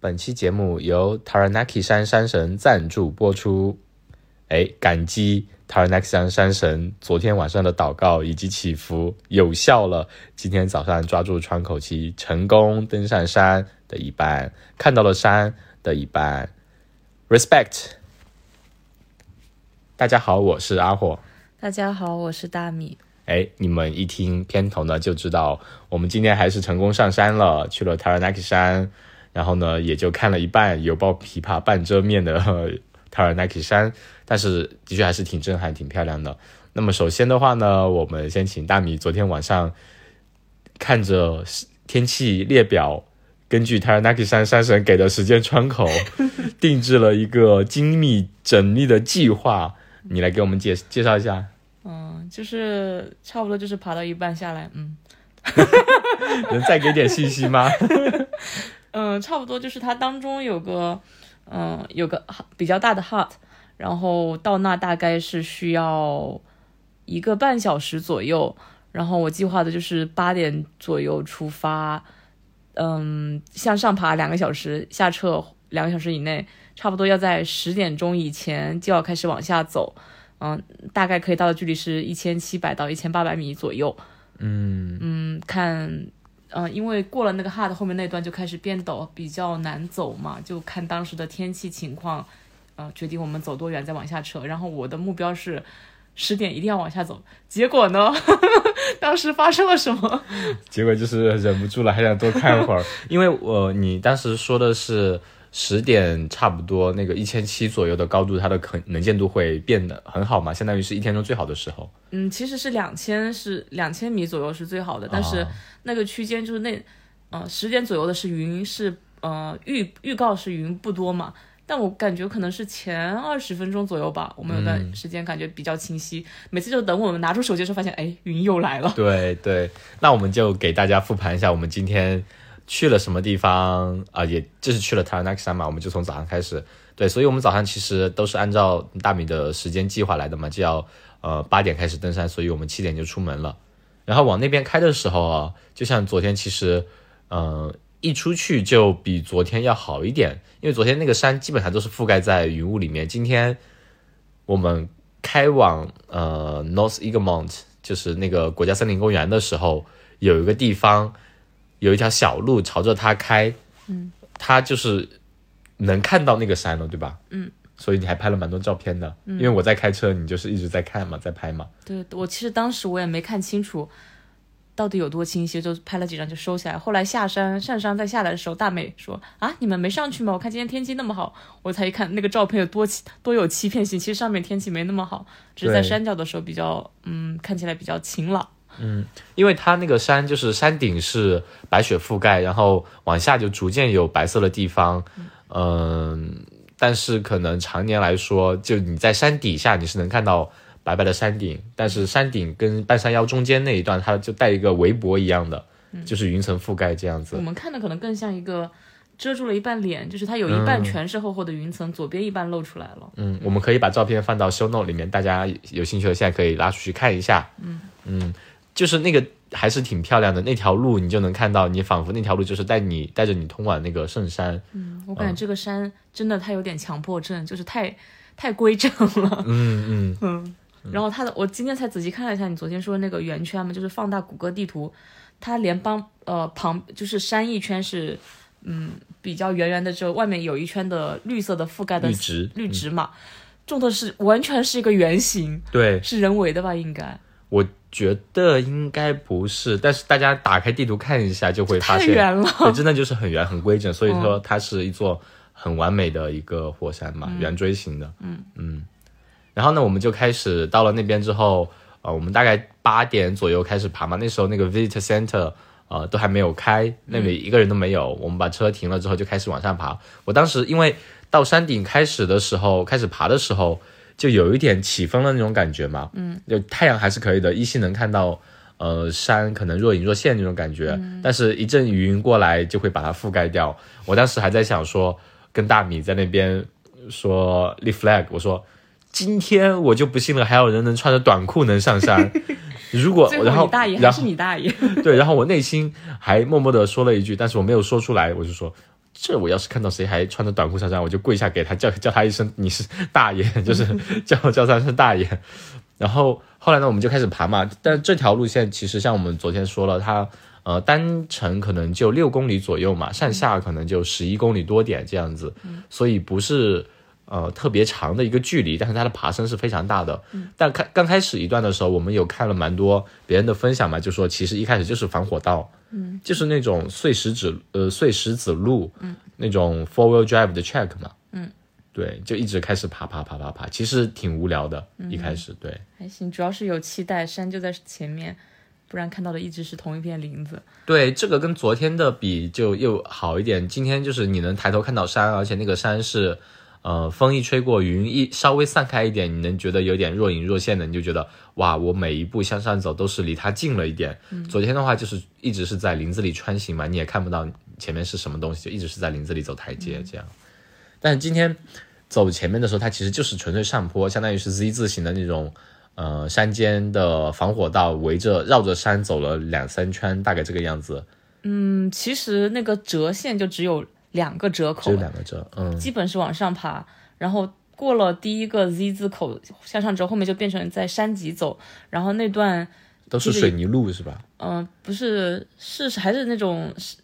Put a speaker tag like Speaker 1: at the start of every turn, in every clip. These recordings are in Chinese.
Speaker 1: 本期节目由 Taranaki 山山神赞助播出。哎，感激 Taranaki 山山神昨天晚上的祷告以及祈福有效了，今天早上抓住窗口期，成功登上山的一半，看到了山的一半。Respect。大家好，我是阿火。
Speaker 2: 大家好，我是大米。
Speaker 1: 哎，你们一听片头呢，就知道我们今天还是成功上山了，去了 Taranaki 山，然后呢，也就看了一半犹抱琵琶半遮面的呃 Taranaki 山，但是的确还是挺震撼、挺漂亮的。那么首先的话呢，我们先请大米昨天晚上看着天气列表，根据 Taranaki 山山神给的时间窗口，定制了一个精密缜密的计划，你来给我们介介绍一下。
Speaker 2: 嗯，就是差不多就是爬到一半下来，嗯
Speaker 1: 能再给点信息吗？
Speaker 2: 嗯，差不多就是它当中有个嗯有个比较大的 hut，然后到那大概是需要一个半小时左右，然后我计划的就是八点左右出发，嗯，向上爬两个小时，下撤两个小时以内，差不多要在十点钟以前就要开始往下走。嗯，大概可以到的距离是一千七百到一千八百米左右。嗯嗯，看，嗯、因为过了那个 hard 后面那段就开始变陡，比较难走嘛，就看当时的天气情况，呃，决定我们走多远再往下撤。然后我的目标是十点一定要往下走，结果呢， 当时发生了什么？
Speaker 1: 结果就是忍不住了，还想多看会儿， 因为我、你当时说的是十点差不多那个一千七左右的高度，它的可能见度会变得很好嘛，相当于是一天中最好的时候。
Speaker 2: 嗯，其实是两千是两千米左右是最好的，但
Speaker 1: 哦
Speaker 2: 是那个区间就是那，呃，十点左右的是云是呃预预告是云不多嘛，但我感觉可能是前二十分钟左右吧，我们有段时间感觉比较清晰，每次就等我们拿出手机的时候发现，哎，云又来了。
Speaker 1: 对 对，那我们就给大家复盘一下我们今天去了什么地方啊、也就是去了 Taranaki 山嘛，我们就从早上开始。对，所以我们早上其实都是按照大米的时间计划来的嘛，就要呃八点开始登山，所以我们七点就出门了。然后往那边开的时候啊，就像昨天其实，嗯、一出去就比昨天要好一点，因为昨天那个山基本上都是覆盖在云雾里面。今天我们开往呃 North Egmont，就是那个国家森林公园的时候，有一个地方有一条小路朝着它开，嗯，它就是能看到那个山了，对吧？嗯。所以你还拍了蛮多照片的，因为我在开车，你就是一直在看嘛，在拍嘛。
Speaker 2: 对我其实当时我也没看清楚到底有多清晰，就拍了几张就收起来。后来下山上山再下来的时候，大美说：“啊，你们没上去吗？我看今天天气那么好。”我才一看那个照片有多欺多有欺骗性，其实上面天气没那么好，只是在
Speaker 1: 对
Speaker 2: 山脚的时候比较嗯看起来比较晴朗。
Speaker 1: 因为它那个山就是山顶是白雪覆盖，然后往下就逐渐有白色的地方，嗯，但是可能常年来说，就你在山底下你是能看到白白的山顶，但是山顶跟半山腰中间那一段，它就带一个围脖一样的，就是云层覆盖这样子
Speaker 2: 我。们看的可能更像一个遮住了一半脸，就是它有一半全是厚厚的云层，左边一半露出来了。
Speaker 1: 嗯，我们可以把照片放到 show note 里面，大家有兴趣的现在可以拉出去看一下。嗯就是那个还是挺漂亮的那条路，你就能看到，你仿佛那条路就是带你带着你通往那个圣山。嗯
Speaker 2: 我感觉这个山真的它有点强迫症，就是太太规整了。
Speaker 1: 嗯嗯。
Speaker 2: 然后它的，我今天才仔细看了一下你昨天说的那个圆圈嘛，就是放大谷歌地图，它连帮呃旁就是山一圈是嗯比较圆圆的，就外面有一圈的绿色的覆盖的
Speaker 1: 绿植嗯
Speaker 2: 绿植嘛，种的是完全是一个圆形，
Speaker 1: 对，
Speaker 2: 是人为的吧？应该
Speaker 1: 我觉得应该不是，但是大家打开地图看一下就会发
Speaker 2: 太
Speaker 1: 现，
Speaker 2: 圆了。
Speaker 1: 对，真的就是很圆很规整，所以说它是一座很完美的一个火山嘛，圆锥形的。嗯然后呢，我们就开始到了那边之后，呃，我们大概八点左右开始爬嘛，那时候那个 visitor center。呃，都还没有开，那里一个人都没有。我们把车停了之后，就开始往上爬。我当时因为到山顶开始的时候，开始爬的时候，就有一点起风的那种感觉嘛。嗯，就太阳还是可以的，依稀能看到呃山可能若隐若现那种感觉，
Speaker 2: 嗯
Speaker 1: 但是一阵云过来就会把它覆盖掉。我当时还在想说，跟大米在那边说立 flag，我说今天我就不信了，还有人能穿着短裤能上山。如果
Speaker 2: 最
Speaker 1: 然
Speaker 2: 后
Speaker 1: 后
Speaker 2: 你大爷还
Speaker 1: 然
Speaker 2: 是
Speaker 1: 后
Speaker 2: 你大爷，
Speaker 1: 对，然后我内心还默默的说了一句，但是我没有说出来，我就说这我要是看到谁还穿着短裤上山，我就跪下给他叫叫他一声你是大爷，就是 叫叫他一声大爷。然后后来呢，我们就开始爬嘛。但这条路线其实像我们昨天说了，它呃单程可能就六公里左右嘛，上下可能就十一公里多点这样子，所以不是呃特别长的一个距离，但是它的爬升是非常大的。但开刚开始一段的时候，我们有看了蛮多别人的分享嘛，就说其实一开始就是防火道，嗯，就是那种碎石子呃碎石子路，嗯，那种 four wheel drive 的 track 嘛，嗯，对，就一直开始爬爬爬爬爬，其实挺无聊的，一开始对。
Speaker 2: 还行，主要是有期待，山就在前面，不然看到的一直是同一片林子。
Speaker 1: 对，这个跟昨天的比就又好一点。今天就是你能抬头看到山，而且那个山是，呃，风一吹过，云一稍微散开一点，你能觉得有点若隐若现的，你就觉得哇，我每一步向上走都是离它近了一点。昨天的话就是一直是在林子里穿行嘛，你也看不到前面是什么东西，就一直是在林子里走台阶这样。但是今天走前面的时候，它其实就是纯粹上坡，相当于是 Z 字形的那种。呃，山间的防火道围着绕着山走了两三圈，大概这个样子，
Speaker 2: 嗯，其实那个折线就只有两个折
Speaker 1: 只
Speaker 2: 口
Speaker 1: 有，两个折，嗯，
Speaker 2: 基本是往上爬，然后过了第一个 Z 字口向上折，后面就变成在山脊走，然后那段
Speaker 1: 都是水泥路是吧？
Speaker 2: 嗯、呃不是是还是那种是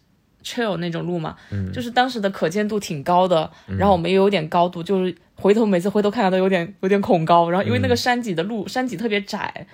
Speaker 2: trail 那种路嘛，
Speaker 1: 嗯
Speaker 2: 就是当时的可见度挺高的，然后我们又有点高度，就是回头每次回头看看都有点有点恐高，然后因为那
Speaker 1: 嗯
Speaker 2: 个山脊的路、山脊特别窄，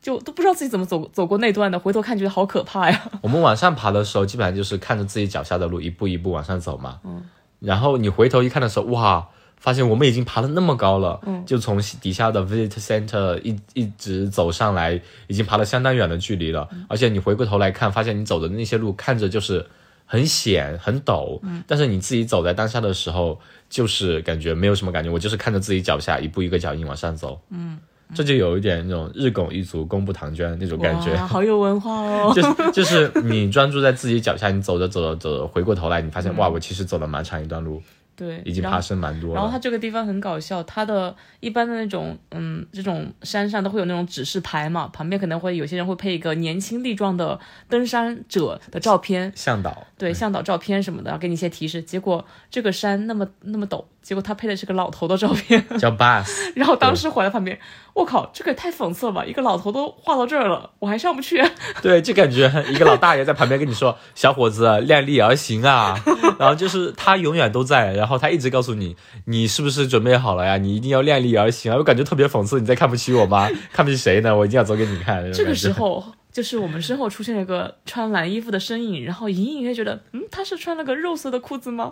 Speaker 2: 就都不知道自己怎么走走过那段的，回头看觉得好可怕呀。
Speaker 1: 我们往上爬的时候，基本上就是看着自己脚下的路一步一步往上走嘛。嗯。然后你回头一看的时候，哇，发现我们已经爬得那么高了。嗯。就从底下的 visitor center 一一直走上来，已经爬了相当远的距离了。而且你回过头来看，发现你走的那些路看着就是很险、很陡。嗯。但是你自己走在当下的时候，就是感觉没有什么感觉，我就是看着自己脚下一步一个脚印往上走。嗯。这就有一点那种日拱一卒、功不唐捐那种感觉。
Speaker 2: 哇好有文化 哦。
Speaker 1: 就是就是你专注在自己脚下，你走着走着走着，回过头来，你发现、哇，我其实走了蛮长一段路，
Speaker 2: 对，
Speaker 1: 已经
Speaker 2: 嗯然
Speaker 1: 爬升蛮多
Speaker 2: 然后
Speaker 1: 了。
Speaker 2: 它这个地方很搞笑，它的一般的那种，嗯，这种山上都会有那种指示牌嘛，旁边可能会有些人会配一个年轻力壮的登山者的照片，
Speaker 1: 向导，
Speaker 2: 对，向导照片什么的，然后给你一些提示。结果这个山那么那么陡，结果他配的是个老头的照片，
Speaker 1: 叫 bus，
Speaker 2: 然后当时我在旁边，我靠，这个也太讽刺了吧！一个老头都画到这儿了，我还上不去。
Speaker 1: 对，就感觉一个老大爷在旁边跟你说：“小伙子，量力而行 啊。”然后就是他永远都在，然后他一直告诉你：“你是不是准备好了呀？你一定要量力而行啊！”我感觉特别讽刺，你在看不起我吗？ 看不起谁呢？我一定要走给你看。
Speaker 2: 这
Speaker 1: 种
Speaker 2: 个
Speaker 1: 感
Speaker 2: 时
Speaker 1: 觉，
Speaker 2: 候，就是我们身后出现了一个穿蓝衣服的身影，然后隐隐约觉得，嗯，他是穿了个肉色的裤子吗？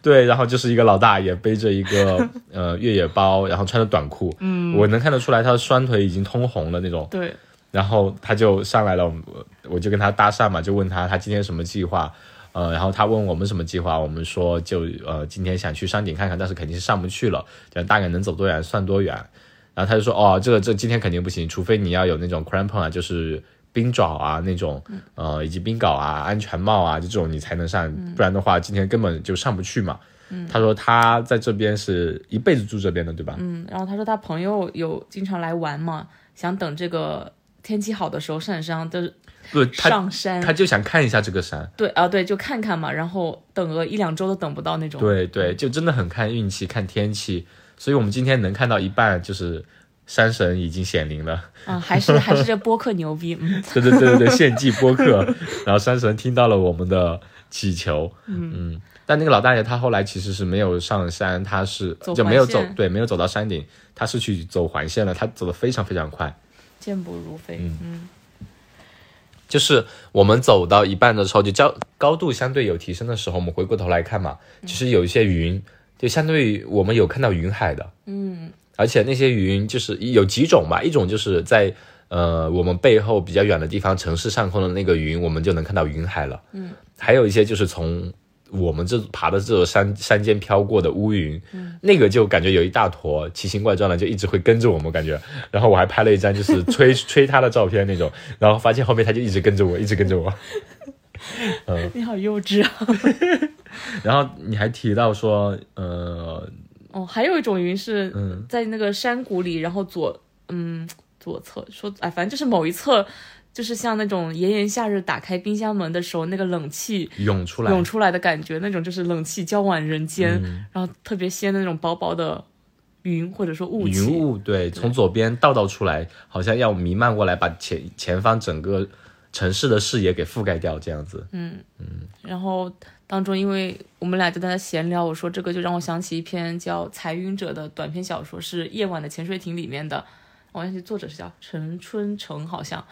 Speaker 1: 对，然后就是一个老大爷背着一个呃越野包，然后穿着短裤，嗯，我能看得出来他的双腿已经通红了那种。
Speaker 2: 对，
Speaker 1: 然后他就上来了，我我就跟他搭讪嘛，就问他他今天什么计划，呃，然后他问我们什么计划，我们说就呃今天想去山顶看看，但是肯定是上不去了，讲大概能走多远算多远。然后他就说哦，这个这今天肯定不行，除非你要有那种 crampon 啊，就是冰爪啊那种，呃，以及冰镐啊、安全帽啊这种你才能上，不然的话今天根本就上不去嘛。他说他在这边是一辈子住这边的，对吧？
Speaker 2: 嗯嗯，然后他说他朋友有经常来玩嘛，想等这个天气好的时候上山，就是
Speaker 1: 不，他
Speaker 2: 上山。
Speaker 1: 他就想看一下这个山。
Speaker 2: 对啊，对，就看看嘛，然后等个一两周都等不到那种。
Speaker 1: 对对，就真的很看运气、看天气。所以我们今天能看到一半，就是山神已经显灵了。
Speaker 2: 啊，还是还是这播客牛逼，嗯，
Speaker 1: 对对对对对，献祭播 客。然后山神听到了我们的祈求，嗯但那个老大爷他后来其实是没有上山，他是
Speaker 2: 走
Speaker 1: 就
Speaker 2: 环
Speaker 1: 没有走
Speaker 2: 线，
Speaker 1: 对，没有走到山顶，他是去走环线了。他走得非常非常快，
Speaker 2: 健步如飞，嗯
Speaker 1: 就是我们走到一半的时候，就高高度相对有提升的时候，我们回过头来看嘛，其实有一些云，就相对于我们有看到云海的，
Speaker 2: 嗯
Speaker 1: 而且那些云就是有几种吧，一种就是在呃我们背后比较远的地方，城市上空的那个云，我们就能看到云海了。嗯，还有一些就是从我们这爬的这座山山间飘过的乌云，那个就感觉有一大坨奇形怪状的，就一直会跟着我们感觉。然后我还拍了一张就是 吹吹它的照片那种，然后发现后面它就一直跟着我，一直跟着我。
Speaker 2: 嗯，你好幼稚啊！
Speaker 1: 嗯然后你还提到说，呃，
Speaker 2: 哦，还有一种云是嗯在那个山谷里，然后左嗯左侧说，哎，反正就是某一侧就是像那种炎炎夏日打开冰箱门的时候，那个冷气
Speaker 1: 涌出来，
Speaker 2: 涌出来的感觉，那种就是冷气浇晚人间，
Speaker 1: 嗯
Speaker 2: 然后特别鲜的那种薄薄的云或者说雾气，
Speaker 1: 云雾对，从左边倒倒出来，好像要弥漫过来，把前前方整个城市的视野给覆盖掉，这样
Speaker 2: 嗯
Speaker 1: 子。
Speaker 2: 然后当中，因为我们俩就在那闲聊，我说这个就让我想起一篇叫《彩云者》的短篇小说，是《夜晚的潜水艇》里面的，我想起作者是叫陈春成，好像。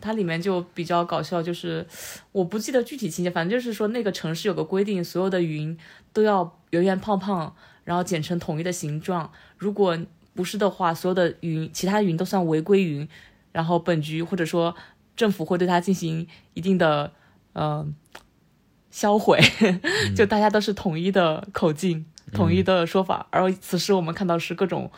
Speaker 2: 它里面就比较搞笑，就是我不记得具体情节，反正就是说那个城市有个规定，所有的云都要圆圆胖胖，然后剪成统一的形状。如果不是的话，所有的云其他云都算违规云，然后本局或者说政府会对它进行一定的呃销毁，
Speaker 1: 嗯
Speaker 2: 就大家都是统一的口径、统一的说法。而此时我们看到是各种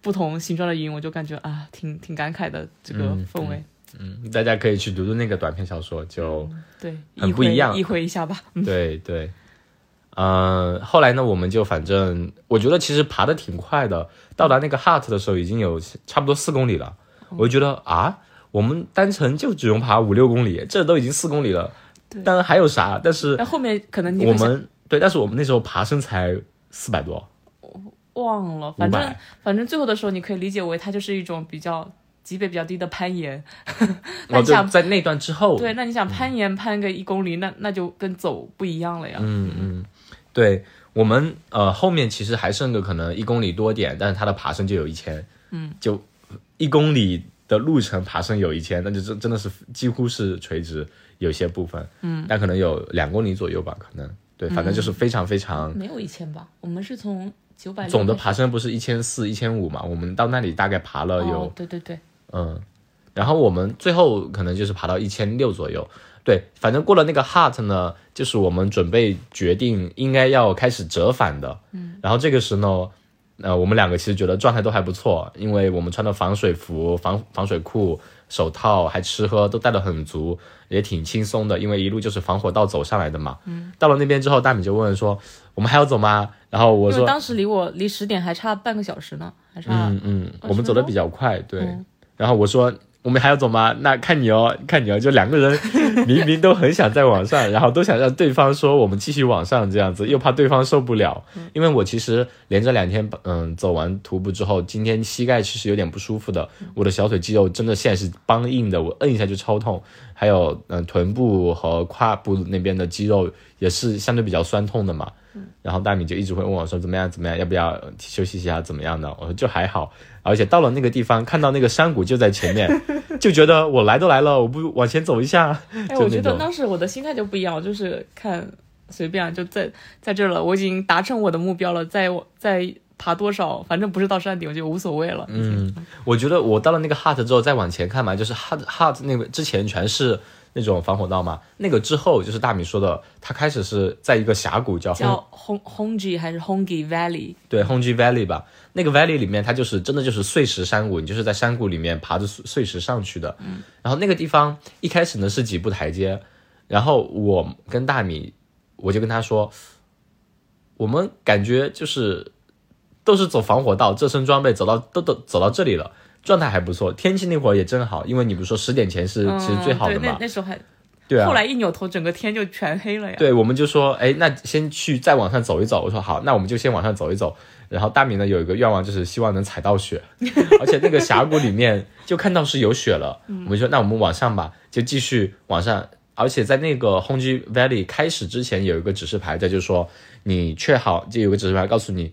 Speaker 2: 不同形状的云，我就感觉啊，挺挺感慨的这个
Speaker 1: 嗯
Speaker 2: 氛围。
Speaker 1: 嗯，大家可以去读读那个短篇小说，就、
Speaker 2: 对，
Speaker 1: 很
Speaker 2: 意
Speaker 1: 不一
Speaker 2: 会
Speaker 1: 样
Speaker 2: 意会一下吧。
Speaker 1: 对对。嗯、后来呢，我们就反正我觉得其实爬的挺快的，到达那个 hut 的时候已经有差不多四公里了，
Speaker 2: 嗯
Speaker 1: 我就觉得啊，我们单程就只用爬五六公里，这都已经四公里了，当然还有啥？但是
Speaker 2: 但后面可能你
Speaker 1: 我
Speaker 2: 会想
Speaker 1: 们对，但是我们那时候爬升才四百多，
Speaker 2: 忘了，
Speaker 1: 五
Speaker 2: 反正
Speaker 1: 百，
Speaker 2: 反正最后的时候，你可以理解为它就是一种比较级别比较低的攀岩。那
Speaker 1: 哦，
Speaker 2: 你
Speaker 1: 就
Speaker 2: 想
Speaker 1: 在那段之后，
Speaker 2: 对，那你想攀岩攀个一公里，那那就跟走不一样了呀。
Speaker 1: 嗯嗯，对我们呃后面其实还剩个可能一公里多点，但是它的爬升就有一千，嗯，就一公里的路程爬升有一千，那就真真的是几乎是垂直，有些部分，嗯，但可能有两公里左右吧，可能对，反正就是非常非常。
Speaker 2: 没有一千吧，我们是从九百
Speaker 1: 总的爬升不是一千四、一千五嘛？我们到那里大概爬了有
Speaker 2: 哦，对对对，
Speaker 1: 嗯，然后我们最后可能就是爬到一千六左右。对，反正过了那个 hut 呢，就是我们准备决定应该要开始折返的。嗯，然后这个时候呢，呃，我们两个其实觉得状态都还不错，因为我们穿的防水服、防防水裤、手套，还吃喝都带得很足，也挺轻松的，因为一路就是防火道走上来的嘛。嗯，到了那边之后，大米就问说：“我们还要走吗？”然后我
Speaker 2: 因为
Speaker 1: 说
Speaker 2: 当时离我离十点还差半个小时呢，还：“差
Speaker 1: 嗯嗯，
Speaker 2: 20
Speaker 1: 我们走的
Speaker 2: 分钟
Speaker 1: 比较快，对。然后我说我们还要走吗？那看你哦，看你哦，就两个人明明都很想再往上，然后都想让对方说我们继续往上这样子，又怕对方受不了。因为我其实连着两天嗯走完徒步之后，今天膝盖其实有点不舒服的，我的小腿肌肉真的现在是梆硬的，我摁一下就超痛，还有嗯臀部和胯部那边的肌肉也是相对比较酸痛的嘛。然后大米就一直会问我说怎么样怎么样，要不要呃休息一下怎么样的？我说就还好，而且到了那个地方，看到那个山谷就在前面， 就觉得我来都来了，我不往前走一下？
Speaker 2: 哎，
Speaker 1: 就
Speaker 2: 我
Speaker 1: 那
Speaker 2: 觉得
Speaker 1: 种
Speaker 2: 当时我的心态就不一样，我就是看随便啊就在在这儿了，我已经达成我的目标了，再我再爬多少，反正不是到山顶，我就无所谓了。嗯，
Speaker 1: 我觉得我到了那个 hut 之后再往前看嘛，就是 hut hut 那个之前全是那种防火道嘛，那个之后就是大米说的，它开始是在一个峡谷叫
Speaker 2: 叫 Hong Hongi 还是 Hongi Valley？
Speaker 1: 对 Hongi Valley 吧，那个 Valley 里面它就是真的就是碎石山谷，你就是在山谷里面爬着碎碎石上去的。嗯，然后那个地方一开始呢是几步台阶，然后我跟大米，我就跟他说，我们感觉就是都是走防火道，这身装备走到都都走到这里了，状态还不错，天气那会儿也正好，因为你不是说十点前是、
Speaker 2: 嗯，
Speaker 1: 其实最好的
Speaker 2: 对，那
Speaker 1: 嘛，
Speaker 2: 那时候还，
Speaker 1: 对啊
Speaker 2: 后。来一扭头，整个天就全黑了呀。
Speaker 1: 对，我们就说，哎，那先去再往上走一走。我说好，那我们就先往上走一走。然后大米呢有一个愿望，就是希望能踩到 雪，而且那个峡谷里面就看到是有雪了。
Speaker 2: 嗯
Speaker 1: 我们说那我们往上吧，就继续往上。而且在那个 Hongi Valley 开始之前有一个指示牌在，就是说你确好，就有个指示牌告诉你，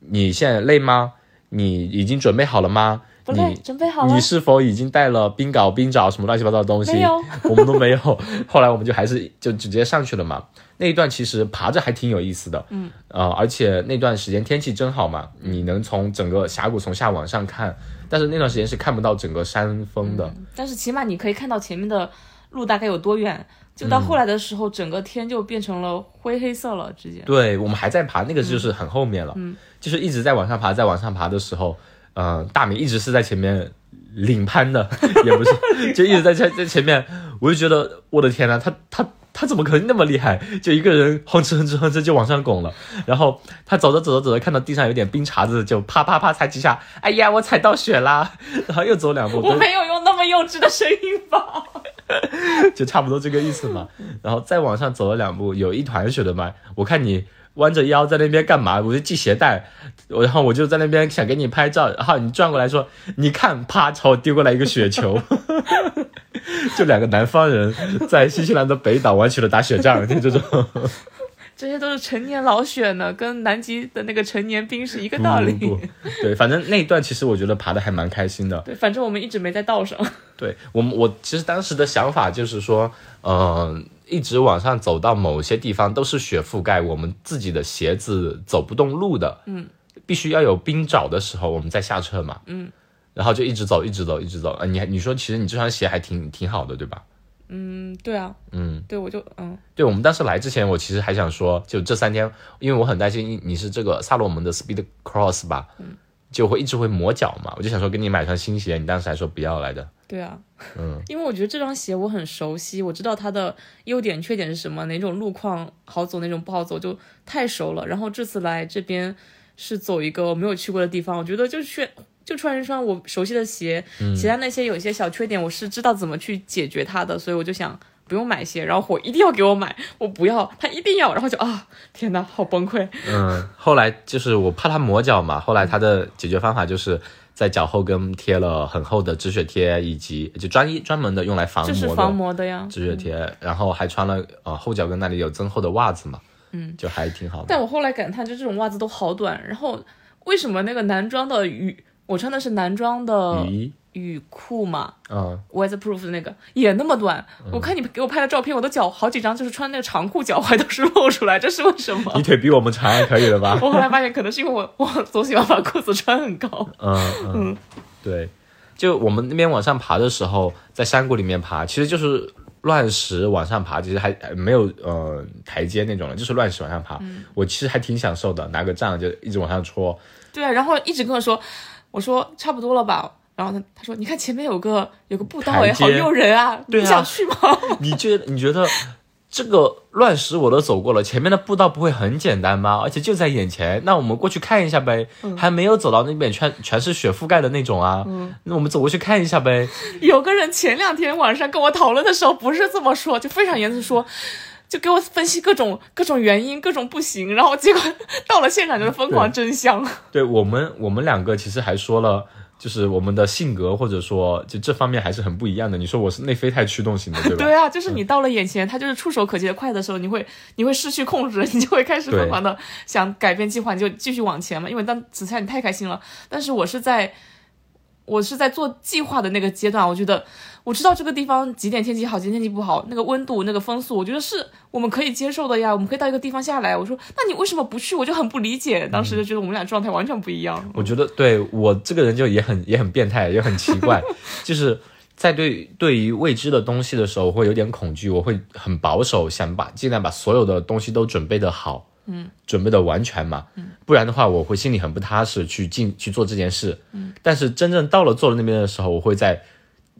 Speaker 1: 你现在累吗？你已经准备好了吗？
Speaker 2: 不
Speaker 1: 你。
Speaker 2: 累，准备好了
Speaker 1: 你。是否已经带了冰镐、冰爪什么乱七八糟的东西？
Speaker 2: 没有，
Speaker 1: 我们都没有。后来我们就还是就直接上去了嘛。那一段其实爬着还挺有意思的，嗯，呃，而且那段时间天气真好嘛，
Speaker 2: 嗯
Speaker 1: 你能从整个峡谷从下往上看，但是那段时间是看不到整个山峰的，
Speaker 2: 但是起码你可以看到前面的路大概有多远。就到后来的时候，整个天就变成了灰黑色了，直接。
Speaker 1: 对，我们还在爬，那个就是很后面了，就是一直在往上爬，在往上爬的时候，嗯、大米一直是在前面领攀的， 也不是，就一直在前在前面，我就觉得我的天呐，他他他怎么可能那么厉害？就一个人哼哧哼哧哼哧就往上拱了，然后他走着走着走着，看到地上有点 冰碴子，就啪啪啪踩几下，哎呀，我踩到雪啦，然后又走两步，
Speaker 2: 我没有用那么幼稚的声音吧。
Speaker 1: 就差不多这个意思嘛。然后再往上走了两步，有一团雪的嘛。我看你弯着腰在那边干嘛？我就系鞋带，我然后我就在那边想给你拍照，然后你转过来说：“你看，啪！”朝我丢过来一个雪球。 就两个南方人在新西兰的北岛玩起了打雪仗，就这种。
Speaker 2: 这些都是成年老雪呢，跟南极的那个成年冰是一个道理。
Speaker 1: 不嗯对，反正那一段其实我觉得爬的还蛮开心的。
Speaker 2: 对，反正我们一直没在道上。
Speaker 1: 对我们，我其实当时的想法就是说，嗯、一直往上走到某些地方都是雪覆盖，我们自己的鞋子走不动路的，嗯，必须要有冰爪的时候，我们再下车嘛，嗯，然后就一直走，一直走，一直走。呃，你还你说其实你这双鞋还挺挺好的，对吧？
Speaker 2: 嗯，对啊，嗯，对，我就嗯，
Speaker 1: 对我们当时来之前，我其实还想说，就这三天，因为我很担心你你是这个萨洛蒙的 Speed Cross 吧，嗯，就会一直会磨脚嘛，我就想说给你买双新鞋，你当时还说不要来的，
Speaker 2: 对啊，嗯， 因为我觉得这双鞋我很熟悉，我知道它的优点、缺点是什么，哪种路况好走，哪种不好走，就太熟了。然后这次来这边是走一个我没有去过的地方，我觉得就去就穿一双我熟悉的鞋，
Speaker 1: 嗯
Speaker 2: 其他那些有一些小缺点我是知道怎么去解决它的，所以我就想。不用买鞋，然后火一定要给我买，我不要，他一定要，然后就啊，天哪，好崩溃！
Speaker 1: 嗯，后来就是我怕它磨脚嘛，后来它的解决方法就是在脚后跟贴了很厚的止血贴，以及就专一专门的用来防
Speaker 2: 就是
Speaker 1: 磨
Speaker 2: 防
Speaker 1: 的
Speaker 2: 磨的呀，
Speaker 1: 止血贴，然后还穿了呃后脚跟那里有增厚的袜子嘛，嗯，就还挺好的。
Speaker 2: 但我后来感叹，就这种袜子都好短。然后为什么那个男装的雨，我穿的是男装的
Speaker 1: 雨衣，
Speaker 2: 雨裤嘛
Speaker 1: 嗯，
Speaker 2: ，weatherproof 的那个也那么短。我看你给我拍的照片，我的脚好几张就是穿那个长裤，脚踝都是露出来，这是为什么
Speaker 1: 你？腿比我们长，可以了吧？
Speaker 2: 我后来发现，可能是因为我我总喜欢把裤子穿很高。
Speaker 1: 嗯，嗯，对，就我们那边往上爬的时候，在山谷里面爬，其实就是乱石往上爬，其实还还没有呃台阶那种了，就是乱石往上爬。我其实还挺享受的，拿个杖就一直往上戳。
Speaker 2: 对啊，然后一直跟我说，我说差不多了吧。然后他他说，你看前面有个有个步道哎，
Speaker 1: 台阶
Speaker 2: 好诱人啊！
Speaker 1: 对啊
Speaker 2: 你想去吗？
Speaker 1: 你觉你觉得这个乱石我都走过了，前面的步道不会很简单吗？而且就在眼前，那我们过去看一下呗。还没有走到那边，全全是雪覆盖的那种啊。那我们走过去看一下呗。
Speaker 2: 有个人前两天晚上跟我讨论的时候不是这么说，就非常严肃说，就给我分析各种各种原因，各种不行，然后结果 到了现场就是疯狂真香。
Speaker 1: 对我们，我们两个其实还说了，就是我们的性格或者说就这方面还是很不一样的。你说我是内啡肽驱动型的，对吧？嗯
Speaker 2: 对啊，就是你到了眼前，它就是触手可及的快的时候，你会你会失去控制，你就会开始
Speaker 1: 对
Speaker 2: 疯狂的想改变计划，你就继续往前嘛。因为当此下你太开心了，但是我是在我是在做计划的那个阶段，我觉得我知道这个地方几点天气好，几点天气不好，那个温度、那个风速，我觉得是我们可以接受的呀。我们可以到一个地方下来，我说那你为什么不去？我就很不理解，当时就觉得我们俩状态完全不一样。，
Speaker 1: 我觉得对我这个人就也很也很变态，也很奇 怪，就是在对对于未知的东西的时候，我会有点恐惧，我会很保守，想把尽量把所有的东西都准备的好，嗯，准备的完全嘛，嗯，不然的话我会心里很不踏实，去进去做这件事，嗯，但是真正到了做了那边的时候，我会在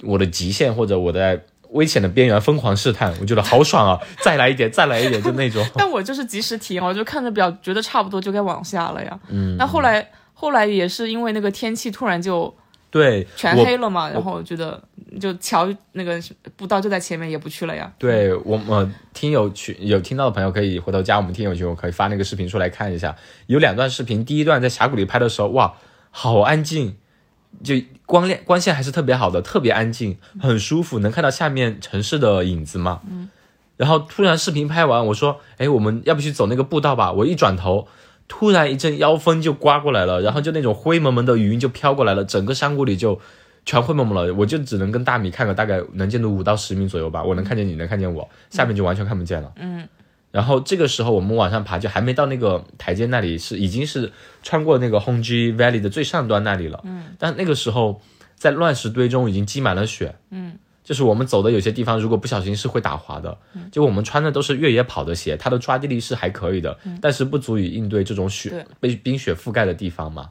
Speaker 1: 我的极限或者我在危险的边缘疯狂试探，我觉得好爽啊，再来一点，再来一点，就那 种
Speaker 2: 但我就是及时停，我就看着表，觉得差不多就该往下了呀。嗯，那后来后来也是因为那个天气突然就
Speaker 1: 对，
Speaker 2: 全
Speaker 1: 我
Speaker 2: 黑了嘛，然后觉得就桥那个步道就在前面，也不去了呀。
Speaker 1: 对我们、呃、听友群有听到的朋友可以回头加我们听友群，我可以发那个视频出来看一下。有两段视频，第一段在峡谷里拍的时候，哇，好安静，就光亮光线还是特别好的，特别安静，很舒服，能看到下面城市的影子嘛。嗯。然后突然视频拍完，我说，哎，我们要不去走那个步道吧？我一转头。突然一阵妖风就刮过来了，然后就那种灰蒙蒙的云就飘过来了，整个山谷里就全灰蒙蒙了，我就只能跟大米看个大概能见度五到十米左右吧，我能看见你，能看见我，下面就完全看不见了。嗯。然后这个时候我们往上爬，就还没到那个台阶那里，是已经是穿过那个 Hongji Valley 的最上端那里了。嗯。但那个时候在乱石堆中已经积满了雪。嗯。就是我们走的有些地方，如果不小心是会打滑的。
Speaker 2: 嗯
Speaker 1: 就我们穿的都是越野跑的鞋，它的抓地力是还可以的，但是不足以应对这种
Speaker 2: 嗯对嗯
Speaker 1: 雪被冰雪覆盖的地方嘛。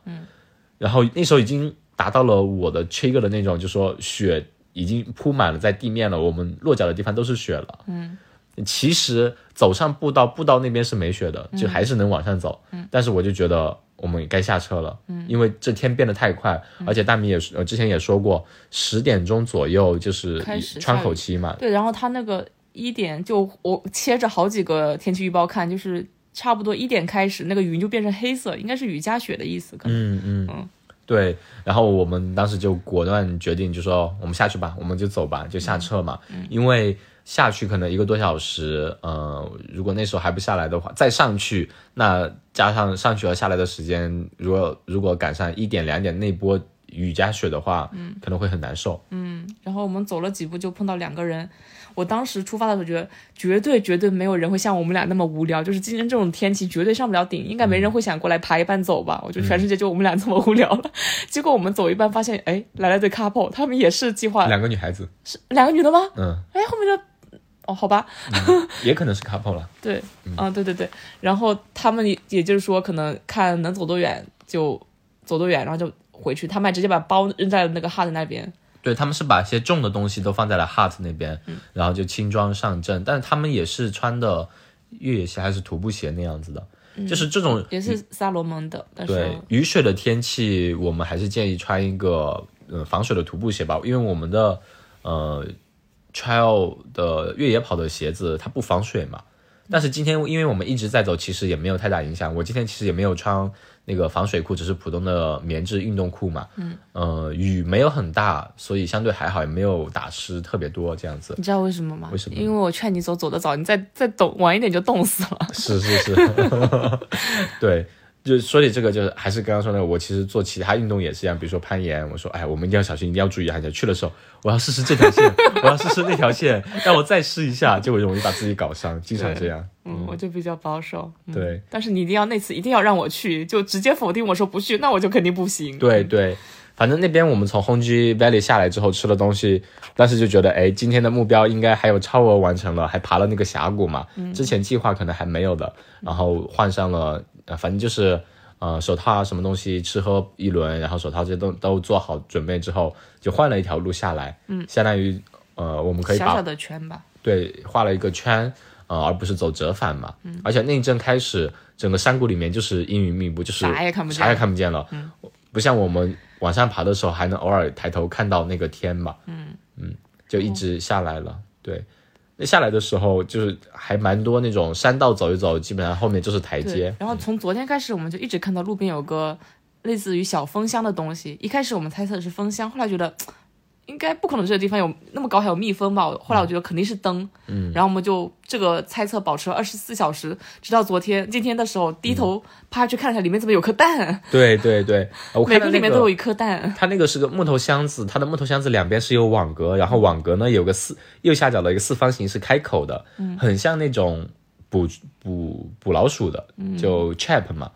Speaker 1: 然后那时候已经达到了我的 trigger 的那种，就说雪已经铺满了在地面了，我们落脚的地方都是雪了。嗯，其
Speaker 2: 嗯
Speaker 1: 实走上步道，步道那边是没雪的，就还是能往上走。嗯，但是我就觉得我们该下车了，嗯，因为这天变得太快，
Speaker 2: 嗯
Speaker 1: 而且大米也是呃之前也说过，十点钟左右就是
Speaker 2: 开始
Speaker 1: 窗
Speaker 2: 下
Speaker 1: 口
Speaker 2: 雨
Speaker 1: 期嘛，
Speaker 2: 对，然后他那个一点就我切着好几个天气预报看，就是差不多一点开始，那个云就变成黑色，应该是雨夹雪的意思，可能。
Speaker 1: 嗯嗯
Speaker 2: 嗯
Speaker 1: 对，然后我们当时就果断决定，就说我们下去吧，我们就走吧，就下撤嘛，因为下去可能一个多小时，呃，如果那时候还不下来的话，再上去，那加上上去和下来的时间，如果如果赶上一点两点那波雨加雪的话，嗯，可能会很难受，
Speaker 2: 然后我们走了几步就碰到两个人，我当时出发的时候觉得绝对绝对没有人会像我们俩那么无聊，就是今天这种天气绝对上不了顶，应该没人会想过来爬一半走吧？我觉得全世界就我们俩这么无聊了。 结果我们走一半发现，哎，来了对 couple，他们也是计划
Speaker 1: 两个女孩子，
Speaker 2: 两个女的吗？
Speaker 1: 嗯，
Speaker 2: 哎，后面的哦，好吧，
Speaker 1: 也可能是 couple 了，
Speaker 2: 对，啊，对对对，然后他们也也就是说，可能看能走多远就走多远，然后就回去。他们还直接把包扔在了那个 hut 那边，
Speaker 1: 对他们是把一些重的东西都放在了 hut 那边，然后就轻装上阵，但是他们也是穿的越野鞋还是徒步鞋那样子的，就是这种
Speaker 2: 也是萨罗蒙的，但是
Speaker 1: 对雨水的天气，我们还是建议穿一个呃防水的徒步鞋吧，因为我们的呃 trail 的越野跑的鞋子它不防水嘛。但是今天因为我们一直在走，其实也没有太大影响。我今天其实也没有穿那个防水裤，只是普通的棉质运动裤嘛。嗯，呃，雨没有很大，所以相对还好，也没有打湿特别多这样子。
Speaker 2: 你知道为什么吗？
Speaker 1: 为什么
Speaker 2: 因为我劝你走走得早，你再再走晚一点就冻死 了。
Speaker 1: 是是是，对，就说起这个，就是还是刚刚说的，我其实做其他运动也是一样，比如说攀岩，我说哎，我们一定要小心，一定要注意安全。去的时候，我要试试这条线，我要试试那条线，让我再试一下，结果容易把自己搞伤，经常这样。
Speaker 2: 嗯，我就比较保守。嗯、
Speaker 1: 对，
Speaker 2: 但是你一定要那次一定要让我去，就直接否定我说不去，那我就肯定不行。
Speaker 1: 对对，反正那边我们从 Hongji Valley 下来之后吃了东西，当时就觉得，哎，今天的目标应该还有超额完成了，还爬了那个峡谷嘛，之前计划可能还没有的。然后换上了，呃、反正就是呃手套啊什么东西，吃喝一轮，然后手套这些都都做好准备之后，就换了一条路下来，嗯，相当于呃我们可以
Speaker 2: 小
Speaker 1: 把
Speaker 2: 小的圈吧。
Speaker 1: 对，画了一个圈，呃，而不是走折返嘛。
Speaker 2: 嗯
Speaker 1: 而且那一阵开始，整个山谷里面就是阴云密布，就是
Speaker 2: 啥也看不见嗯
Speaker 1: 啥也看不见了。不像我们往上爬的时候，还能偶尔抬头看到那个天嘛。嗯就一直下来了。对，那下来的时候就是还蛮多那种山道走一走，基本上后面就是台阶
Speaker 2: 对。，然后从昨天开始，我们就一直看到路边有个类似于小风箱的东西。一开始我们猜测是风箱，后来觉得嘖应该不可能这个地方有那么高还有蜜蜂吧。后来我觉得肯定是灯，嗯，然后我们就这个猜测保持了二十四小时，直到昨天今天的时候，低头
Speaker 1: 嗯
Speaker 2: 趴下去看了一下里面怎么有颗蛋，
Speaker 1: 对对对，呃我看
Speaker 2: 每
Speaker 1: 到
Speaker 2: 个
Speaker 1: 那
Speaker 2: 里面都有一颗蛋。
Speaker 1: 它那个是个木头箱子，它的木头箱子两边是有网格，然后网格呢有个四右下角的一个四方形是开口的，
Speaker 2: 嗯
Speaker 1: 很像那种捕捕捕老鼠的，
Speaker 2: 嗯
Speaker 1: 就 trap 嘛，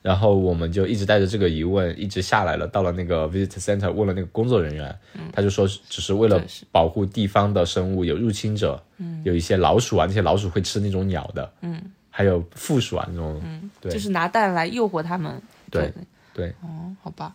Speaker 1: 然后我们就一直带着这个疑问，一直下来了，到了那个 visit center 问了那个工作人员，他就说是只是为了
Speaker 2: 嗯对是
Speaker 1: 保护地方的生物，有入侵者，有一些老鼠啊，那些老鼠会吃那种鸟的，还有负鼠啊那种，对
Speaker 2: 就是拿蛋来诱惑他们。
Speaker 1: 对对，
Speaker 2: 哦，好吧，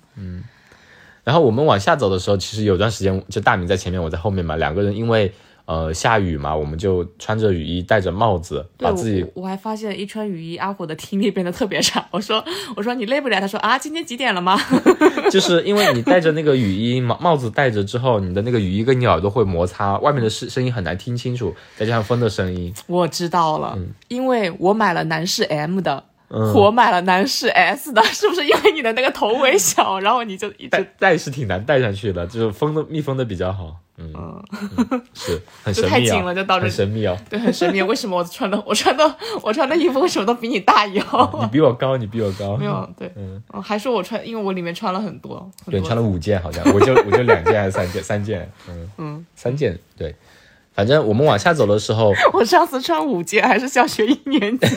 Speaker 1: 然后我们往下走的时候，其实有段时间就大明在前面，我在后面嘛，两个人因为呃下雨嘛，我们就穿着雨衣，戴着帽子，
Speaker 2: 对
Speaker 1: 把自己
Speaker 2: 我我还发现一穿雨衣，阿火的听力变得特别差。 我说我说你累不累？他说啊，今天几点了吗？
Speaker 1: 就是因为你戴着那个雨衣，帽帽子戴着之后，你的那个雨衣跟你耳朵会摩擦，外面的声声音很难听清楚，再加上风的声音，
Speaker 2: 我知道了，因为我买了男士 M 的，
Speaker 1: 嗯
Speaker 2: 我买了男士 S 的， 是不是因为你的那个头围小，然后你就一
Speaker 1: 戴
Speaker 2: 直
Speaker 1: 戴是挺难戴上去的，就是风的密封的比较好，嗯，嗯是很神
Speaker 2: 就太
Speaker 1: 秘
Speaker 2: 紧
Speaker 1: 啊
Speaker 2: 了，就导致
Speaker 1: 很神 秘啊，
Speaker 2: 对很神秘？为什么我穿的我穿的我穿的衣服为什么都比你大一
Speaker 1: 你
Speaker 2: 号？
Speaker 1: 比我高，你比我高，
Speaker 2: 没有对，嗯还说我穿，因为我里面穿了很多，很
Speaker 1: 对，
Speaker 2: 多
Speaker 1: 穿了五件好像，我就我就两件还是三件，三件，嗯
Speaker 2: 嗯，
Speaker 1: 三件，对，反正我们往下走的时候，
Speaker 2: 我上次穿五件还是小学一年级，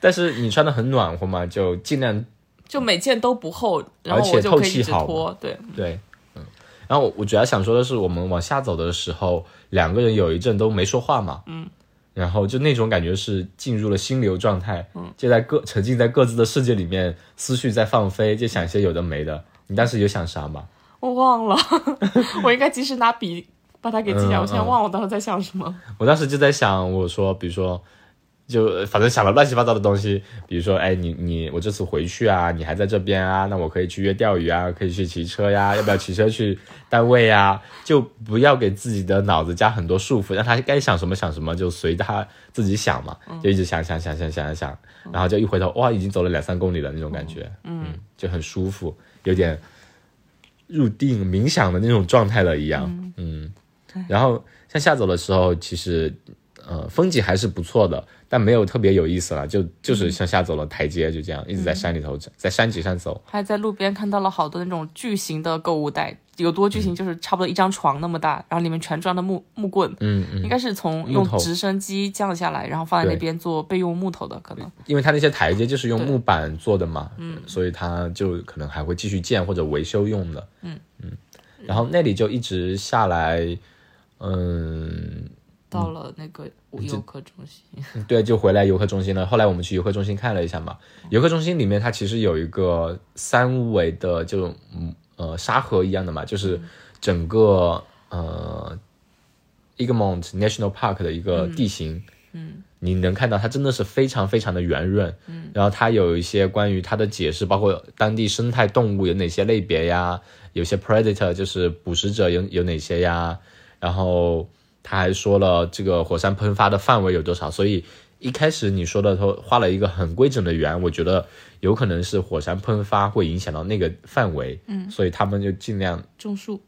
Speaker 1: 但是你穿的很暖和嘛，就尽量
Speaker 2: 就每件都不厚，然
Speaker 1: 而
Speaker 2: 后
Speaker 1: 且
Speaker 2: 我就可以
Speaker 1: 透气
Speaker 2: 一直
Speaker 1: 好嘛
Speaker 2: 脱，对，
Speaker 1: 对，嗯。然后我我主要想说的是，我们往下走的时候，两个人有一阵都没说话嘛，嗯，然后就那种感觉是进入了心流状态，嗯，就在各沉浸在各自的世界里面，思绪在放飞，就想一些有的没的。你当时有想啥吗？
Speaker 2: 我忘了， 我应该及时拿笔把它给记下来，
Speaker 1: 嗯
Speaker 2: 我现在
Speaker 1: 嗯
Speaker 2: 忘了我当时在想什么。
Speaker 1: 我当时就在想，我说，比如说，就反正想了乱七八糟的东西，比如说，哎，你你我这次回去啊，你还在这边啊，那我可以去约钓鱼啊，可以去骑车呀，要不要骑车去单位呀？就不要给自己的脑子加很多束缚，让他该想什么想什么，就随他自己想嘛，就一直想想想想想想，然后就一回头，哇，已经走了两三公里了那种感觉，嗯，就很舒服，有点入定冥想的那种状态了一样，嗯，然后像下走的时候，其实呃，风景还是不错的，但没有特别有意思了，就就是向下走了台阶，就这样一直在山里头，在山脊上走。
Speaker 2: 还在路边看到了好多那种巨型的购物袋，有多巨型就是差不多一张床那么大，然后里面全装的木木棍，
Speaker 1: 嗯嗯，
Speaker 2: 应该是从
Speaker 1: 木
Speaker 2: 用
Speaker 1: 头
Speaker 2: 直升机降下来，然后放在那
Speaker 1: 对
Speaker 2: 边做备用木头的，可能
Speaker 1: 因为它那些台阶就是用木板做的嘛，嗯，所以它就可能还会继续建或者维修用的，嗯嗯。然后那里就一直下来，嗯，
Speaker 2: 到了那个游客中心，
Speaker 1: 对，就回来游客中心了。后来我们去游客中心看了一下嘛，游客中心里面它其实有一个三维的这种嗯呃沙河一样的嘛，就是整个呃 Egmont National Park 的一个地形。嗯你能看到它真的是非常非常的圆润，嗯，然后它有一些关于它的解释，包括当地生态动物有哪些类别呀，有些 predator 就是捕食者有有哪些呀，然后他还说了这个火山喷发的范围有多少，所以一开始你说的他画了一个很规整的圆，我觉得有可能是火山喷发会影响到那个范围，嗯，所以他们就尽量
Speaker 2: 种树，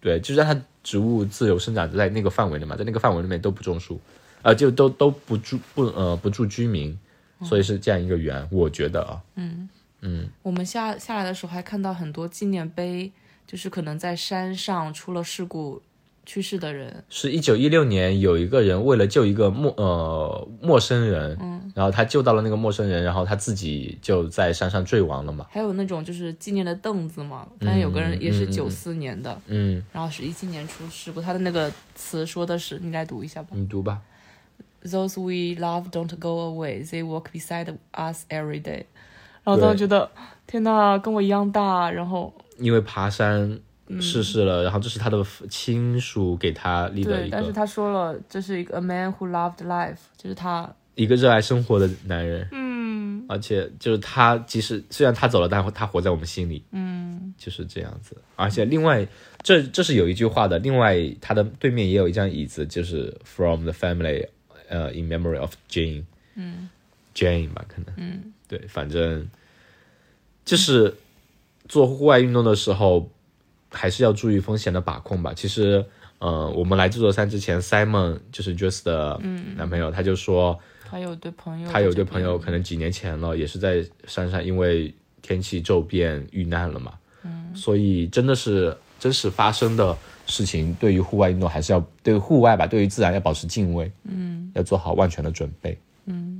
Speaker 1: 对，就让它植物自由生长在那个范围内嘛，在那个范围里面都不种树，呃，就都都不住不呃不住居民，所以是这样一个圆，我觉得啊，
Speaker 2: 我们下下来的时候还看到很多纪念碑，就是可能在山上出了事故去世的人，
Speaker 1: 是一九一六年，有一个人为了救一个陌呃陌生人，然后他救到了那个陌生人，然后他自己就在山上坠亡了嘛。
Speaker 2: 还有那种就是纪念的凳子嘛，看有个人也是九四年的，
Speaker 1: 嗯，
Speaker 2: 然后是一七年出事故，他的那个词说的是，你来读一下吧。
Speaker 1: 你读吧。
Speaker 2: Those we love don't go away, they walk beside us every day。然后当时觉得，天呐，跟我一样大。然后
Speaker 1: 因为爬山
Speaker 2: 嗯
Speaker 1: 逝世了，然后这是他的亲属给他立的
Speaker 2: 对，
Speaker 1: 一
Speaker 2: 但是
Speaker 1: 个
Speaker 2: 他说了，这是一个 a man who loved life，就是他，
Speaker 1: 一个热爱生活的男人。嗯，而且就是他，即使虽然他走了，但他活在我们心里。嗯，就是这样子。而且另外，这这是有一句话的。另外，他的对面也有一张椅子，就是 From the family，呃、i n memory of Jane。嗯，Jane 吧，可能。嗯，对，反正就是做户外运动的时候，还是要注意风险的把控吧。其实。呃，我们来这座山之前，Simon 就是 Jess 的男朋友，他就说，
Speaker 2: 他有对朋友，
Speaker 1: 他有对朋友，可能几年前了，也是在山上，因为天气骤变遇难了嘛。嗯，所以真的是真实发生的事情，对于户外运动还是要对户外吧，对于自然要保持敬畏。嗯，要做好万全的准备。嗯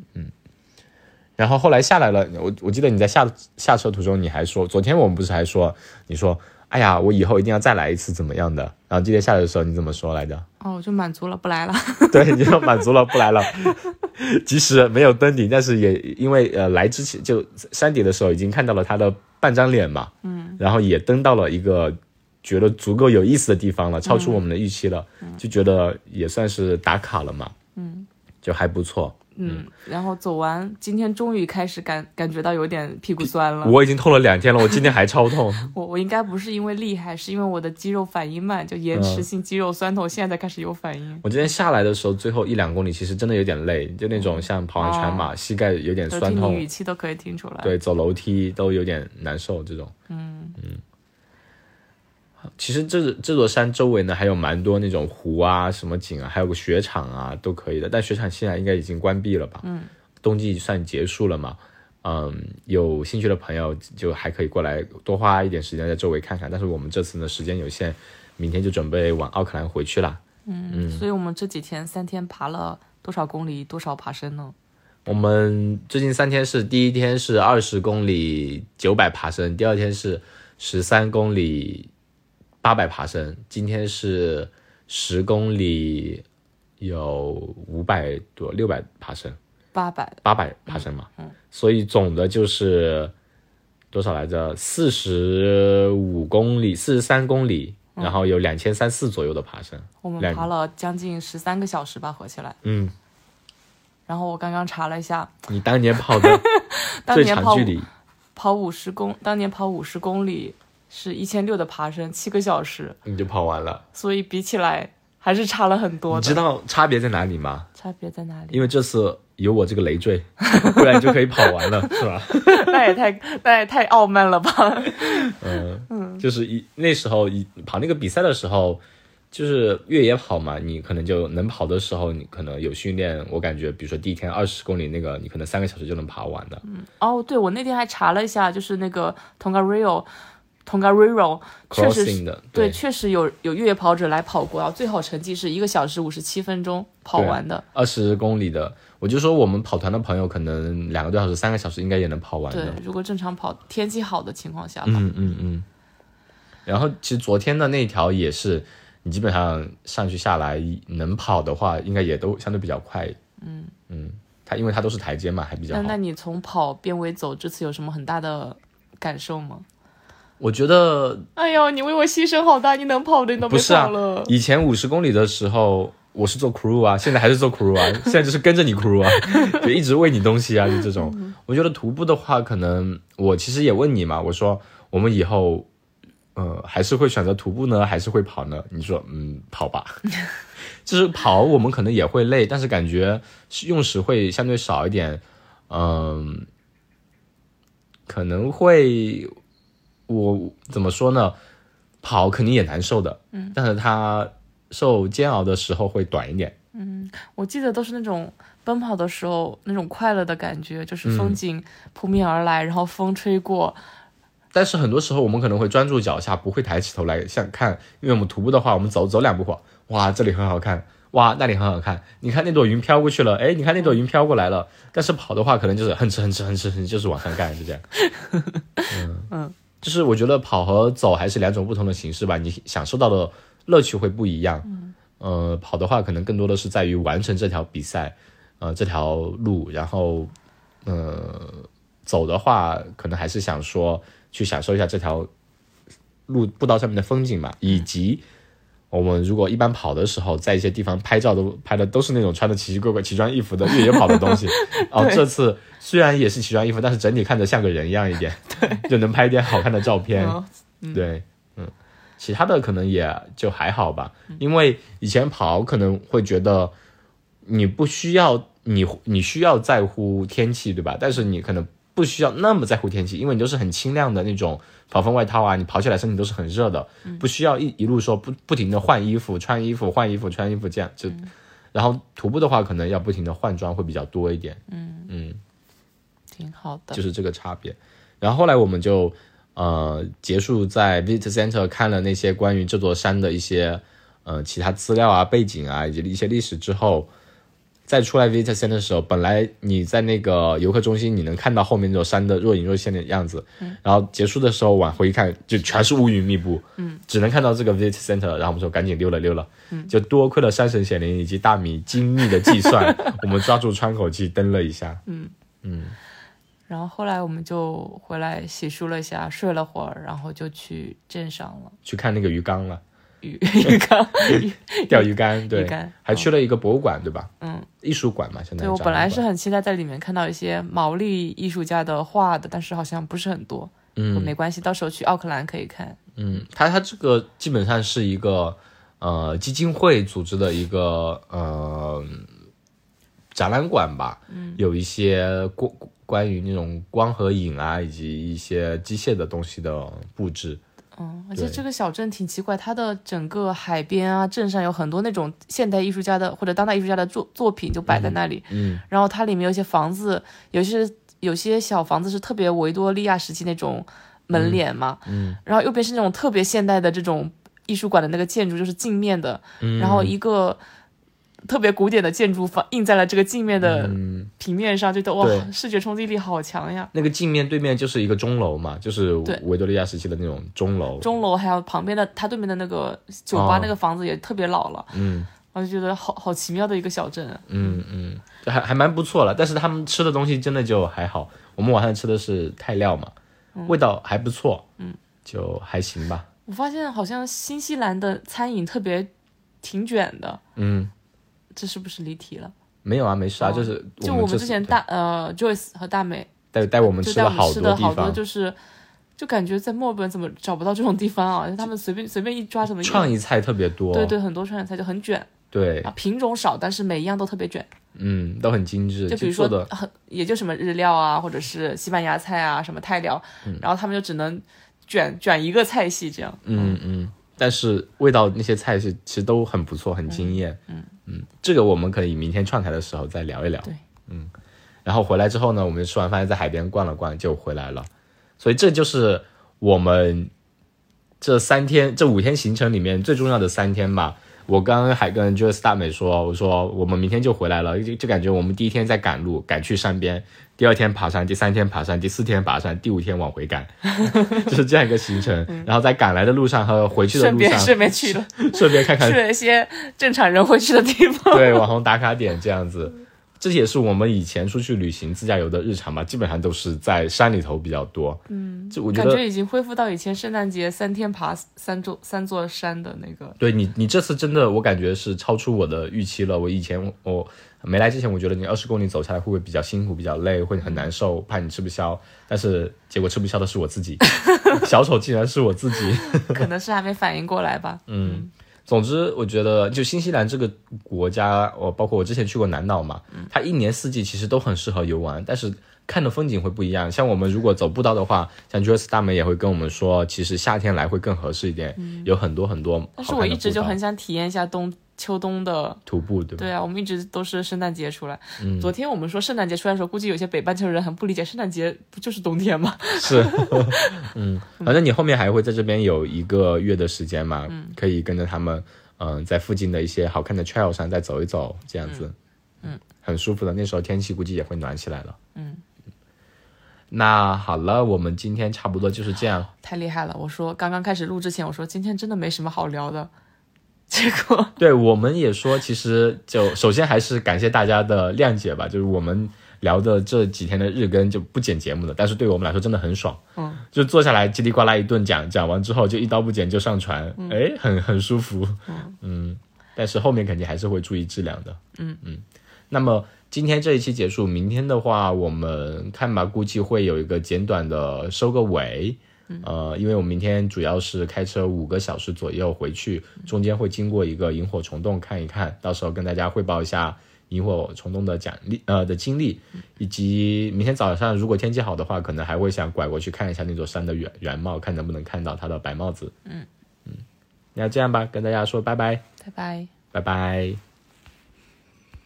Speaker 1: 然后后来下来了，我我记得你在下下车途中你还说，昨天我们不是还说，你说，哎呀，我以后一定要再来一次怎么样的？然后今天下来的时候你怎么说来着？
Speaker 2: 哦，我就满足了，不来了。嗯
Speaker 1: 对，你就满足了，不来了。 即使没有登顶，但是也因为呃来之前就山顶的时候已经看到了他的半张脸嘛，嗯，然后也登到了一个觉得足够有意思的地方了，超出我们的预期了，就觉得也算是打卡了嘛，嗯，就还不错。
Speaker 2: 嗯，然后走完，今天终于开始感感觉到有点屁股酸了。
Speaker 1: 我已经痛了两天了，我今天还超痛。
Speaker 2: 我我应该不是因为厉害，是因为我的肌肉反应慢，就延
Speaker 1: 嗯
Speaker 2: 迟性肌肉酸痛，现在才开始有反应。
Speaker 1: 我今天下来的时候，最后一两公里其实真的有点累，就那种像跑完全马，膝盖有点
Speaker 2: 就
Speaker 1: 酸
Speaker 2: 听
Speaker 1: 痛
Speaker 2: 你，语气都可以听出来。
Speaker 1: 对，走楼梯都有点难受这种。嗯嗯。其实这这座山周围呢，还有蛮多那种湖啊、什么景啊，还有个雪场啊，都可以的。但雪场现在应该已经关闭了吧？嗯。冬季算结束了嘛？嗯，有兴趣的朋友就还可以过来多花一点时间在周围看看。但是我们这次呢，时间有限，明天就准备往奥克兰回去啦。
Speaker 2: 嗯，所以我们这几天三天爬了多少公里，多少爬升呢？
Speaker 1: 我们最近三天是第一天是二十公里九百爬升，第二天是十三公里八百爬升，今天是十公里有五百多六百爬升，
Speaker 2: 八百，
Speaker 1: 八百爬升嘛，所以总的就是多少来着？四十五公里，四十三公里，然后有两千三四左右的爬升，
Speaker 2: 我们
Speaker 1: 两
Speaker 2: 爬了将近十三个小时吧，合起来。
Speaker 1: 嗯，
Speaker 2: 然后我刚刚查了一下，
Speaker 1: 你当年跑的
Speaker 2: 当
Speaker 1: 最
Speaker 2: 年跑
Speaker 1: 长距离，
Speaker 2: 跑五十公，当年跑五十公里是一千六的爬升，七个小时，
Speaker 1: 你就跑完了。
Speaker 2: 所以比起来还是差了很多
Speaker 1: 你知
Speaker 2: 的。
Speaker 1: 道差别在哪里吗？
Speaker 2: 差别在哪里？
Speaker 1: 因为这次有我这个累赘， 不然就可以跑完 了，是吧？
Speaker 2: 那也太那也太傲慢了吧？
Speaker 1: 嗯，就是一那时候一跑那个比赛的时候，就是越野跑嘛，你可能就能跑的时候，你可能有训练，我感觉比如说第一天二十公里那个，你可能三个小时就能爬完的。
Speaker 2: 哦，对，我那天还查了一下，就是那个 Tongariro。Tongariro 确实
Speaker 1: crossing
Speaker 2: 是
Speaker 1: 的，
Speaker 2: 对，确实有有越野跑者来跑过，然后最好成绩是一个小时五十七分钟跑
Speaker 1: 对
Speaker 2: 完的。
Speaker 1: 二十公里的，我就说我们跑团的朋友可能两个多小时、三个小时应该也能跑完
Speaker 2: 对
Speaker 1: 的。，
Speaker 2: 如果正常跑，天气好的情况下吧，
Speaker 1: 嗯嗯嗯。然后其实昨天的那条也是，你基本上上去下来能跑的话，应该也都相对比较快。嗯嗯，它因为它都是台阶嘛，还比较
Speaker 2: 那
Speaker 1: 好。
Speaker 2: 那你从跑变为走，这次有什么很大的感受吗？
Speaker 1: 我觉得
Speaker 2: 哎呦，你为我牺牲好大，你能跑的你都
Speaker 1: 不
Speaker 2: 没
Speaker 1: 是啊
Speaker 2: 跑了。
Speaker 1: 以前五十公里的时候，我是做 crew 啊，现在还是做 crew 啊，现在就是跟着你 crew 啊， 就一直喂你东西啊，就这种。
Speaker 2: 嗯
Speaker 1: 我觉得徒步的话，可能我其实也问你嘛，我说我们以后，呃，还是会选择徒步呢，还是会跑呢？你说，嗯，跑 吧。就是跑，我们可能也会累，但是感觉是用时会相对少一点，嗯、可能会，我怎么说呢？跑肯定也难受的，嗯，但是它受煎熬的时候会短一点，
Speaker 2: 我记得都是那种奔跑的时候那种快乐的感觉，
Speaker 1: 嗯
Speaker 2: 就是风景扑面而来，然后风吹过，
Speaker 1: 但是很多时候我们可能会专注脚下，不会抬起头来想看，因为我们徒步的话，我们走走两步话，哇，这里很好看，哇，那里很好看，你看那朵云飘过去了，哎，你看那朵云飘过来了，但是跑的话，可能就是哼哧哼哧哼哧哼哧，就是往上干，就这样。嗯就是我觉得跑和走还是两种不同的形式吧，你享受到的乐趣会不一样。呃，跑的话可能更多的是在于完成这条比赛，呃，这条路，然后，呃，走的话可能还是想说去享受一下这条路步道上面的风景嘛，以及我们如果一般跑的时候，在一些地方拍照都拍的都是那种穿的奇奇怪怪奇装异服的越野跑的东西。哦，这次虽然也是奇装异服，但是整体看着像个人一样一点，就能拍一点好看的照片。
Speaker 2: 嗯
Speaker 1: 对，嗯，其他的可能也就还好吧，因为以前跑可能会觉得你不需要你你需要在乎天气，对吧？但是你可能不需要那么在乎天气，因为你都是很轻量的那种跑风外套啊，你跑起来身体都是很热的，不需要一一路说不不停的换衣服、穿衣服、换衣服、穿衣服这样就。然后徒步的话，可能要不停的换装会比较多一点。
Speaker 2: 挺好的。
Speaker 1: 就是这个差别。然后后来我们就呃结束在 Visit Center 看了那些关于这座山的一些呃其他资料啊、背景啊以及一些历史之后，再出来 Visit Center 的时候，本来你在那个游客中心你能看到后面那座山的若隐若现的样子，然后结束的时候往回一看，就全是乌云密布，嗯，只能看到这个 Visit Center，然后我们说赶紧溜了溜了，嗯，就多亏了山神显灵以及大米精密的计算， 我们抓住窗口去蹬了一下，
Speaker 2: 然后后来我们就回来洗漱了一下，睡了会儿，然后就去镇上了，
Speaker 1: 去看那个鱼缸了。
Speaker 2: 鱼鱼缸鱼
Speaker 1: 钓鱼竿，对，
Speaker 2: 竿
Speaker 1: 还
Speaker 2: 嗯
Speaker 1: 去了一个博物馆，对吧？
Speaker 2: 嗯，
Speaker 1: 艺术馆嘛，相当于
Speaker 2: 对我
Speaker 1: 展
Speaker 2: 本
Speaker 1: 览
Speaker 2: 来是
Speaker 1: 馆
Speaker 2: 很期待在里面看到一些毛利艺术家的画的，但是好像不是很多。
Speaker 1: 嗯，
Speaker 2: 没关系，到时候去奥克兰可以看。
Speaker 1: 嗯，它它这个基本上是一个呃基金会组织的一个呃展览馆吧，嗯，有一些关关于那种光和影啊，以及一些机械的东西的布置，
Speaker 2: 嗯，而且
Speaker 1: 对
Speaker 2: 这个小镇挺奇怪，它的整个海边啊，镇上有很多那种现代艺术家的或者当代艺术家的作作品就摆在那里。
Speaker 1: 嗯，
Speaker 2: 然后它里面有些房子，有些有些小房子是特别维多利亚时期那种门脸嘛，嗯，然后右边是那种特别现代的这种艺术馆的那个建筑，就是镜面的，
Speaker 1: 嗯
Speaker 2: 然后一个。特别古典的建筑放印在了这个镜面的平面上，觉得哇，
Speaker 1: 嗯对
Speaker 2: 视觉冲击力好强呀！
Speaker 1: 那个镜面对面就是一个钟楼嘛，就是
Speaker 2: 对
Speaker 1: 维多利亚时期的那种钟楼，
Speaker 2: 钟楼，还有旁边的它对面的那个酒吧
Speaker 1: 哦
Speaker 2: 那个房子也特别老了，
Speaker 1: 嗯
Speaker 2: 我就觉得好好奇妙的一个小镇。啊
Speaker 1: 嗯嗯，就还还蛮不错了。但是他们吃的东西真的就还好，我们晚上吃的是泰料嘛，
Speaker 2: 嗯
Speaker 1: 味道还不错，嗯，就还行吧。
Speaker 2: 我发现好像新西兰的餐饮特别挺卷的，
Speaker 1: 嗯，
Speaker 2: 这是不是离题了？
Speaker 1: 没有啊，没事啊，
Speaker 2: 哦
Speaker 1: 就是
Speaker 2: 就
Speaker 1: 我
Speaker 2: 我
Speaker 1: 这
Speaker 2: 们之
Speaker 1: 次
Speaker 2: 前大呃 Joyce 和大美
Speaker 1: 带带我们
Speaker 2: 就
Speaker 1: 吃
Speaker 2: 带
Speaker 1: 了
Speaker 2: 我们
Speaker 1: 好
Speaker 2: 吃的
Speaker 1: 地
Speaker 2: 好多
Speaker 1: 方，
Speaker 2: 就是。就感觉在墨尔本怎么找不到这种地 方啊？就他们随便随便一抓什么一
Speaker 1: 创意菜特别多，
Speaker 2: 对对，很多川菜就很卷
Speaker 1: 对
Speaker 2: 啊，品种少，但是每一样都特别卷。
Speaker 1: 嗯，都很精致，
Speaker 2: 就比如
Speaker 1: 做
Speaker 2: 说
Speaker 1: 的，
Speaker 2: 很也就什么日料啊，或者是西班牙菜啊，什么泰料，然后他们就只能卷卷一个菜系这样。
Speaker 1: 嗯嗯，但是味道那些菜是其实都很不错，很惊艳，嗯嗯，这个我们可以明天串台的时候再聊一聊，
Speaker 2: 对，
Speaker 1: 嗯，然后回来之后呢，我们吃完饭在海边逛了逛就回来了，所以这就是我们这三天这五天行程里面最重要的三天吧。我刚刚还跟 Joyce 大美说，我说我们明天就回来了，就就感觉我们第一天在赶路，赶去山边，第二天爬山，第三天爬山，第四天爬山，第五天往回赶， 就是这样一个行程。然后在赶来的路上和回去的
Speaker 2: 嗯顺
Speaker 1: 路
Speaker 2: 便
Speaker 1: 上，
Speaker 2: 顺 便去了，
Speaker 1: 顺便看看
Speaker 2: 去了一些正常人会去的地 方。
Speaker 1: 对网红打卡点这样子，这也是我们以前出去旅行自驾游的日常嘛，基本上都是在山里头比较多。嗯，就我觉
Speaker 2: 感
Speaker 1: 得
Speaker 2: 觉已经恢复到以前圣诞节三天爬三座三座山的那个，
Speaker 1: 对你，你这次真的，我感觉是超出我的预期了。我以前我没来之前，我觉得你二十公里走下来会不会比较辛苦、比较累，会很难受，怕你吃不消。但是结果吃不消的是我自 己，小丑竟然是我自己。
Speaker 2: 可能是还没反应过来吧。嗯，
Speaker 1: 总之，我觉得就新西兰这个国家，我包括我之前去过南岛嘛，它一年四季其实都很适合游玩，但是看的风景会不一样。像我们如果走步道的话，像 Joyce 大美也会跟我们说，其实夏天来会更合适一点，有很多很多好看的步道。
Speaker 2: 嗯但是我一直就很想体验一下冬秋冬的。
Speaker 1: 徒步，对吧？嗯
Speaker 2: 对啊，我们一直都是圣诞节出来。昨天我们说圣诞节出来的时候，估计有些北半球人很不理解，圣诞节不就是冬天吗？
Speaker 1: 是，嗯，反正你后面还会在这边有一个月的时间嘛，可以跟着他们，嗯、在附近的一些好看的 trail 上再走一走，这样子，嗯，很舒服的。那时候天气估计也会暖起来了，嗯。那好了，我们今天差不多就是这样。
Speaker 2: 太厉害了！我说刚刚开始录之前，我说今天真的没什么好聊的，结果
Speaker 1: 对，我们也说，其实就首先还是感谢大家的谅解吧，就是我们聊的这几天的日更就不剪节目的，但是对我们来说真的很爽，嗯，就坐下来叽里呱啦一顿讲，讲完之后就一刀不剪就上传，哎、很很舒服，嗯但是后面肯定还是会注意质量的，嗯嗯，那么。今天这一期结束，明天的话，我们看吧，估计会有一个简短的收个尾，呃，因为我们明天主要是开车五个小时左右回去，中间会经过一个萤火虫洞看一看，到时候跟大家汇报一下萤火虫洞的奖励呃的经历，以及明天早上如果天气好的话，可能还会想拐过去看一下那座山的原原貌，看能不能看到它的白帽子。嗯嗯，那这样吧，跟大家说拜拜，
Speaker 2: 拜拜。
Speaker 1: 拜拜。